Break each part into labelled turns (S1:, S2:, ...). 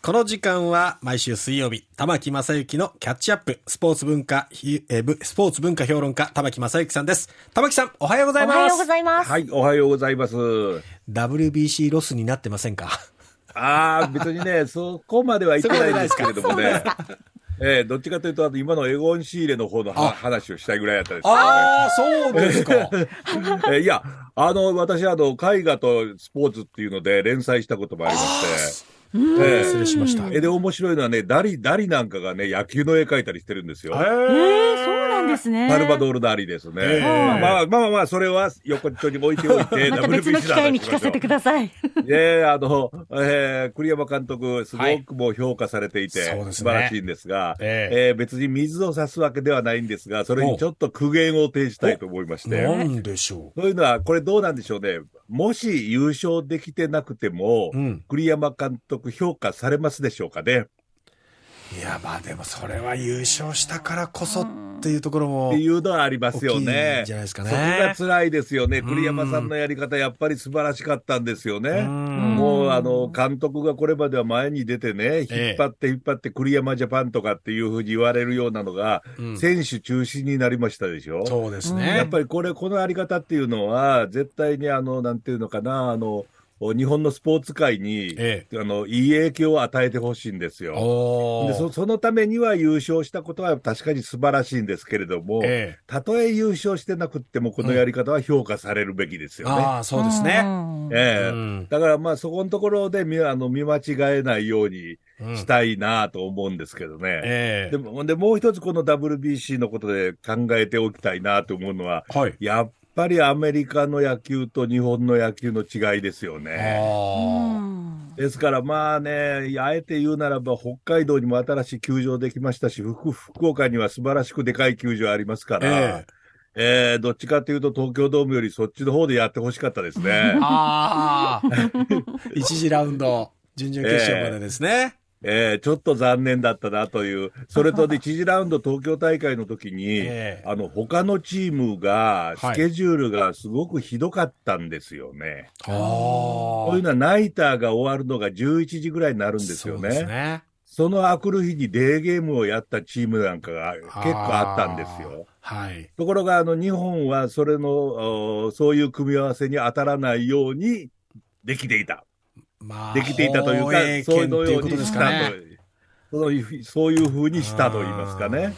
S1: この時間は毎週水曜日、玉木正幸のキャッチアップ、スポーツ文化、ひえーぶスポーツ文化評論家、玉木正幸さんです。玉木さん、おはようござい
S2: お
S1: ます。
S2: はようございます。
S3: はい、おはようございます。
S1: WBC ロスになってませんか
S3: ああ、別にね、そこまでは言ってないんですけれどもね。ええどっちかというと、あの今のエゴン仕入れの方の
S1: あ
S3: は話をしたいぐらいだったですけ
S1: ああ、そうですか。
S3: どね。ええいや、あの、私、あの、絵画とスポーツっていうので連載したこともありまして。え
S1: 失礼しました。
S3: ええで、面白いのはね、ダリ、ダリなんかがね、野球の絵描いたりしてるんですよ。
S2: えー、そうなんですね。
S3: サルバドールダリですね。
S1: ええ
S3: まあまあまあ、それは横っちょに置いてお いて、
S2: また別の
S3: WBC
S2: 機会に聞かせてください。
S3: ねえ、あの、えー栗山監督、すごくもう評価されていて、
S1: そうですね
S3: 素晴らしいんですが、
S1: え
S3: え
S1: え
S3: ー別に水を差すわけではないんですが、それにちょっと苦言を呈したいと思いまして、
S1: なんでしょ
S3: というのは、これどうなんでしょうね。もし優勝できてなくても、
S1: うん
S3: 栗山監督評価されますでしょうかね。
S1: う。いや、まあでもそれは優勝したからこそっていうところも。
S3: っていうのはありますよ
S1: 大きい
S3: ね
S1: ん。じゃないですかね
S3: そこが辛いですよね。栗山さんのやり方、やっぱり素晴らしかったんですよね。
S1: うん
S3: もうあの監督がこれまでは前に出てね、
S1: え
S3: 引っ張って引っ張って栗山ジャパンとかっていうふうに言われるようなのが、
S1: うん
S3: 選手中心になりましたでしょ。
S1: そうですね。
S3: やっぱりこれ、このあり方っていうのは、絶対にあの、なんていうのかな、あの、日本のスポーツ界に、
S1: え
S3: あの、いい影響を与えてほしいんですよ。
S1: お
S3: でそそのためには優勝したことは確かに素晴らしいんですけれども、
S1: ええ
S3: たとえ優勝してなくっても、このやり方は評価されるべきですよね。
S1: ああ、そうですね。
S2: ん
S3: ええ
S1: うん
S3: だからまあそこのところで見あの見間違えないように
S1: うん
S3: したいなと思うんですけどね。
S1: ええ
S3: でもでもう一つこの WBC のことで考えておきたいなと思うのは、
S1: はい。
S3: やっぱりアメリカの野球と日本の野球の違いですよ
S1: あ
S3: ね。
S1: あ。
S3: ですからまあね、あえて言うならば、北海道にも新しい球場できましたし、福福岡には素晴らしくでかい球場ありますから、
S1: ええ。
S3: ええどっちかというと東京ドームよりそっちの方でやってほしかったですね
S1: ああ。1次 ラウンド、準々決勝までですね。
S3: えー、ちょっと残念だったなという、それとで1次ラウンド東京大会の時に、
S1: ええ
S3: あの他のチームが
S1: はい
S3: スケジュールがすごくひどかったんですよね。
S1: ああ。
S3: というのはナイターが終わるのが11時ぐらいになるんですよ
S1: そうです
S3: ね。
S1: ね。
S3: その明くる日にデーゲームをやったチームなんかが結構あったんですよ。
S1: あー。はい。
S3: ところがあの日本はそれのおそういう組み合わせに当たらないようにできていた。
S1: まあ、
S3: できていたというか
S1: 放映、
S3: そうい
S1: 権
S3: う
S1: って
S3: の
S1: い
S3: よ
S1: う
S3: う
S1: こ
S3: に
S1: とです
S3: し
S1: か
S3: た
S1: ね
S3: と。そういうそういうふうにしたと言いますかね。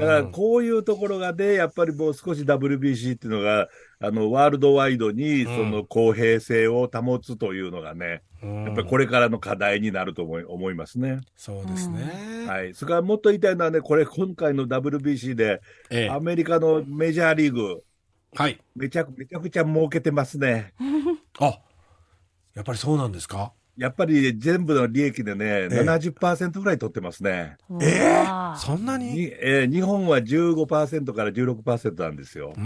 S3: だからこういうところがで、やっぱりもう少し WBC っていうのが、あのワールドワイドにその公平性を保つというのがね、
S1: うん、
S3: やっぱりこれからの課題になると思い思いますね。
S1: そうですね。
S3: はい、それからもっと言いたいのはね、これ、今回の WBC で、
S1: ええ
S3: アメリカのメジャーリーグ、
S1: はい。
S3: めちゃくめちゃくちゃ儲けてますね。
S1: あ、やっぱりそうなんですか
S3: やっぱり全部の利益でね、
S1: ええ
S3: 70%ぐらい取ってますね。
S1: え
S2: わあ
S1: そんなに
S3: にえー日本は15%から16%なんですよ
S1: う。ー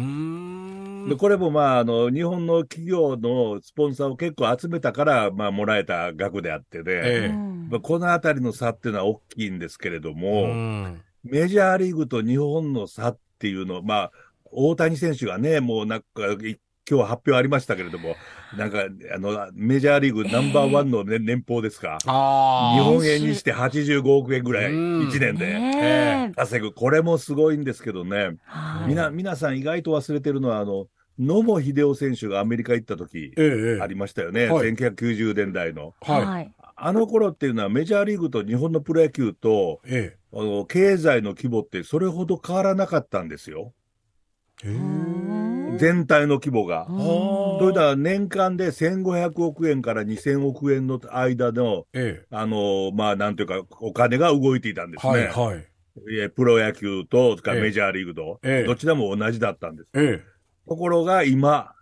S1: ん。
S3: でこれもまああの日本の企業のスポンサーを結構集めたから、まあ、もらえた額であってね、
S1: え
S2: うん
S3: まあ、このあたりの差っていうのは大きいんですけれども、
S1: うん
S3: メジャーリーグと日本の差っていうのは、まあ、大谷選手がね、もうなんか、い今日発表ありましたけれども、なんかあのメジャーリーグナンバーワンの、ね年俸ですか、
S1: あ
S3: 日
S1: あ。
S3: 本円にして85億円ぐらい、
S1: うん
S3: 1年で。
S2: ねえ
S1: え
S3: 稼ぐ、これもすごいんですけどね、
S2: はい
S3: みな皆さん、意外と忘れてるのは、あの野茂英雄選手がアメリカ行った時
S1: えええ
S3: ありましたよね、
S1: はい
S3: 1990年代の。
S1: はい。
S2: い。
S3: あの頃っていうのは、メジャーリーグと日本のプロ野球と、
S1: え
S3: あの経済の規模ってそれほど変わらなかったんですよ、
S1: え。へえ
S2: うん
S3: 全体の規模が。
S2: うん
S1: は
S3: というのは、年間で1500億円から2000億円の間の、
S1: え
S3: あのまあ、なんていうか、お金が動いていたんで
S1: え。
S3: すね。
S1: はい、はい。
S3: いやプロ野球と、それか
S1: ええ
S3: らメジャーリーグと、
S1: ええ
S3: どちらも同じだったんです。
S1: え
S3: ところが今、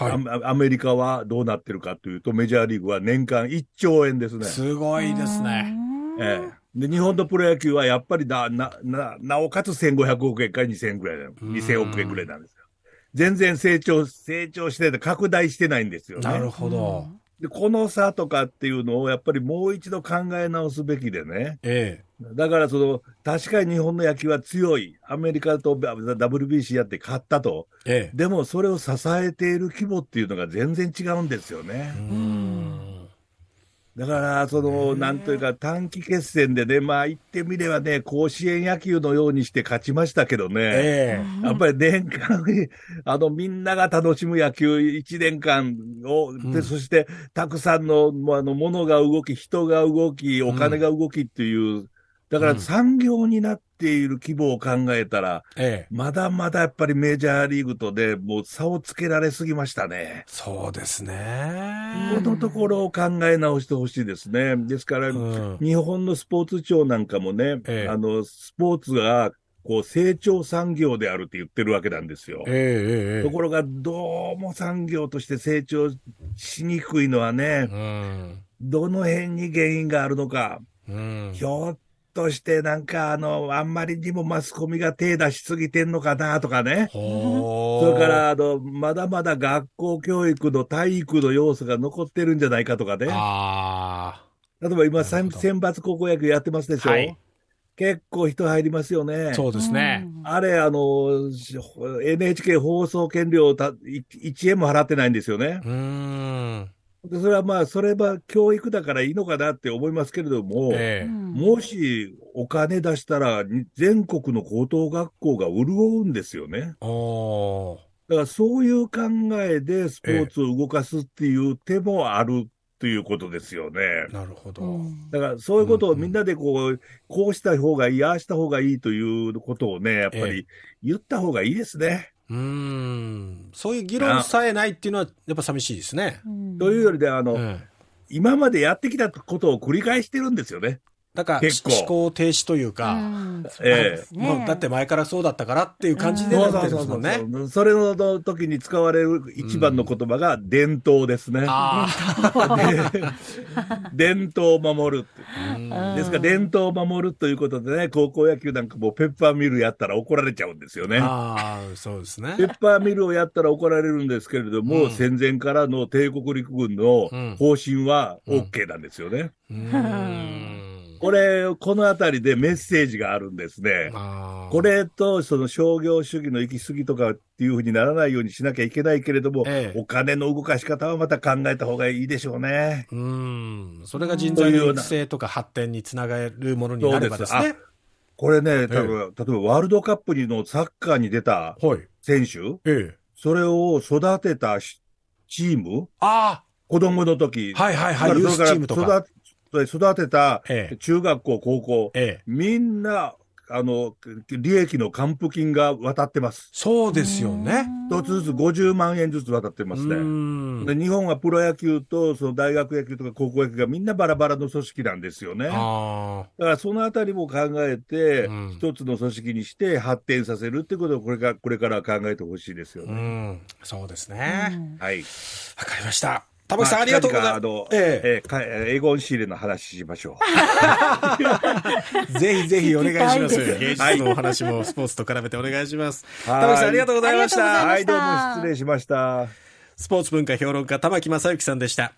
S1: え。は
S3: ア、アメリカはどうなってるかというと、メジャーリーグは年間1兆円です
S1: い。
S3: ね。
S1: すごいですね。。
S3: ええで日本のプロ野球はやっぱりななななおかつ1500億円から2000ぐらいなの
S1: ん
S3: 2000億円ぐらいなんですよ。全然成長、成長してて、拡大してないんですよ
S1: なる
S3: ね。
S1: ほど。
S3: で、この差とかっていうのをやっぱりもう一度考え直すべきでね。
S1: え
S3: だからその、確かに日本の野球は強い、アメリカと WBC やって勝ったと、
S1: え。ええ。
S3: でもそれを支えている規模っていうのが全然違うんですよね。
S1: うん。
S3: だから、その、なんというか、短期決戦でね、まあ、言ってみればね、甲子園野球のようにして勝ちましたけどね、
S1: え
S3: やっぱり年間、 あの、みんなが楽しむ野球、1年間を、で、そして、たくさんの、もうあの、物が動き、人が動き、お金が動きっていう、だか
S1: うん
S3: ら産業になっている規模を考えたら、
S1: えええ
S3: まだまだやっぱりメジャーリーグとで、もう差をつけられすぎましたね。
S1: そうですね。
S3: このところを考え直してほしいですね。ですから、
S1: うん
S3: 日本のスポーツ庁なんかもね、
S1: ええ
S3: あの、スポーツが、こう、成長産業であるって言ってるわけなんですよ
S1: え。えええ
S3: ところが、どうも産業として成長しにくいのはね、
S1: うん。
S3: どの辺に原因があるのか、
S1: うん。
S3: ひょっとしてなんか、あの、あんまりにもマスコミが手出しすぎてんのかなとかね。
S1: ほー
S3: それから、あの、まだまだ学校教育の体育の要素が残ってるんじゃないかとかね。
S1: あ
S3: 例えば
S1: な
S3: 今、
S1: る
S3: 選
S1: ほど
S3: 選抜高校野球やってますでしょ、
S1: はい
S3: 結構人入りますよね
S1: あ、。そうですね。
S3: あれ、あの、し NHK 放送権料たい1円も払ってないんですよね。
S1: うーん。
S3: でそれはまあ、それは教育だからいいのかなって思いますけれども、
S1: ええ
S2: も
S3: もしお金出したら、に全国の高等学校が潤うんですよね。
S1: おー
S3: だからそういう考えでスポーツを動かすっていう手もあるっていうことですよね。
S1: なるほど。
S3: だからそういうこ
S1: う
S3: とを
S1: んうん
S3: みんなでこう、こうした方がいい、ああした方がいいということをね、やっぱ
S1: え
S3: り言った方がいいですね。
S1: うーん。そういう議論さえないっていうのは、やっぱ寂しいですね。
S3: というよりで、あ
S1: う
S3: の、
S1: ん。
S3: 今までやってきたことを繰り返してるんですよね。
S1: だから、
S3: 結構
S1: 思考停止というか、
S3: ええ
S1: もうだって前からそうだったからっていう感じで
S2: う
S1: な
S2: そ
S1: っ
S2: う
S1: てるん
S2: そ
S1: で
S2: う
S1: すもんね。
S3: う。それの時に使われる一番の言葉が伝統ですね。
S1: あ
S3: 伝統を守るって。
S1: あ。うん
S2: うん
S3: ですから伝統を守るということでね、高校野球なんかもうペッパーミルやったら怒られちゃうんですよね。
S1: ああ、そうですね
S3: ペ。ッパーミルをやったら怒られるんですけれども、
S1: うん
S3: 戦前からの帝国陸軍の
S1: うん
S3: 方針は OK なんですよね。
S1: うーん。
S3: これ、このあたりでメッセージがあるんですね。
S1: あー
S3: こ、れと、その商業主義の行き過ぎとかっていうふうにならないようにしなきゃいけないけれども、
S1: ええ
S3: お金の動かし方はまた考えた方がいいでしょうね。
S1: うーん。それが人材の育成とか発展につながるものになればです
S3: そうで
S1: ね。
S3: これね、多分、例えばワールドカップのサッカーに出た
S1: はい。
S3: 選手、
S1: ええ。
S3: それを育てたしチーム、
S1: あ
S3: 子供の時、
S1: あ、はいはいはい。ユー
S3: だか
S1: ス
S3: ら
S1: チームとか。
S3: 育て育てた
S1: ええ
S3: 中学校、高校、
S1: ええ。
S3: みんな、あの、利益の還付金が渡ってます。
S1: そうですよね。。
S3: 一つずつ50万円ずつ渡ってます
S1: うー
S3: ね。
S1: ん
S3: で日本はプロ野球とその大学野球とか高校野球がみんなバラバラの組織なんですよね。だか
S1: あ
S3: らそのあたりも考え
S1: あ。
S3: て、
S1: うん
S3: 一つの組織にして発展させるってことをこれからこれから考えてほしいですよ
S1: う
S3: ね。
S1: ん。そうですね。
S3: はい。
S1: わかりました。玉木さん、ありがとうございます。
S3: ます。
S1: え
S3: えーかエゴンシーレの話しましょう。
S1: え、ぜひぜひお願いしま
S2: 聞き
S1: す。
S2: たいです
S1: 芸術のお話もスポーツと絡めてお願いします。
S3: はい
S1: 玉木さん、ありがとうございまし。
S2: ありがとうございました
S3: はい、どうも失礼しました。
S1: スポーツ文化評論家、玉木正幸さんでした。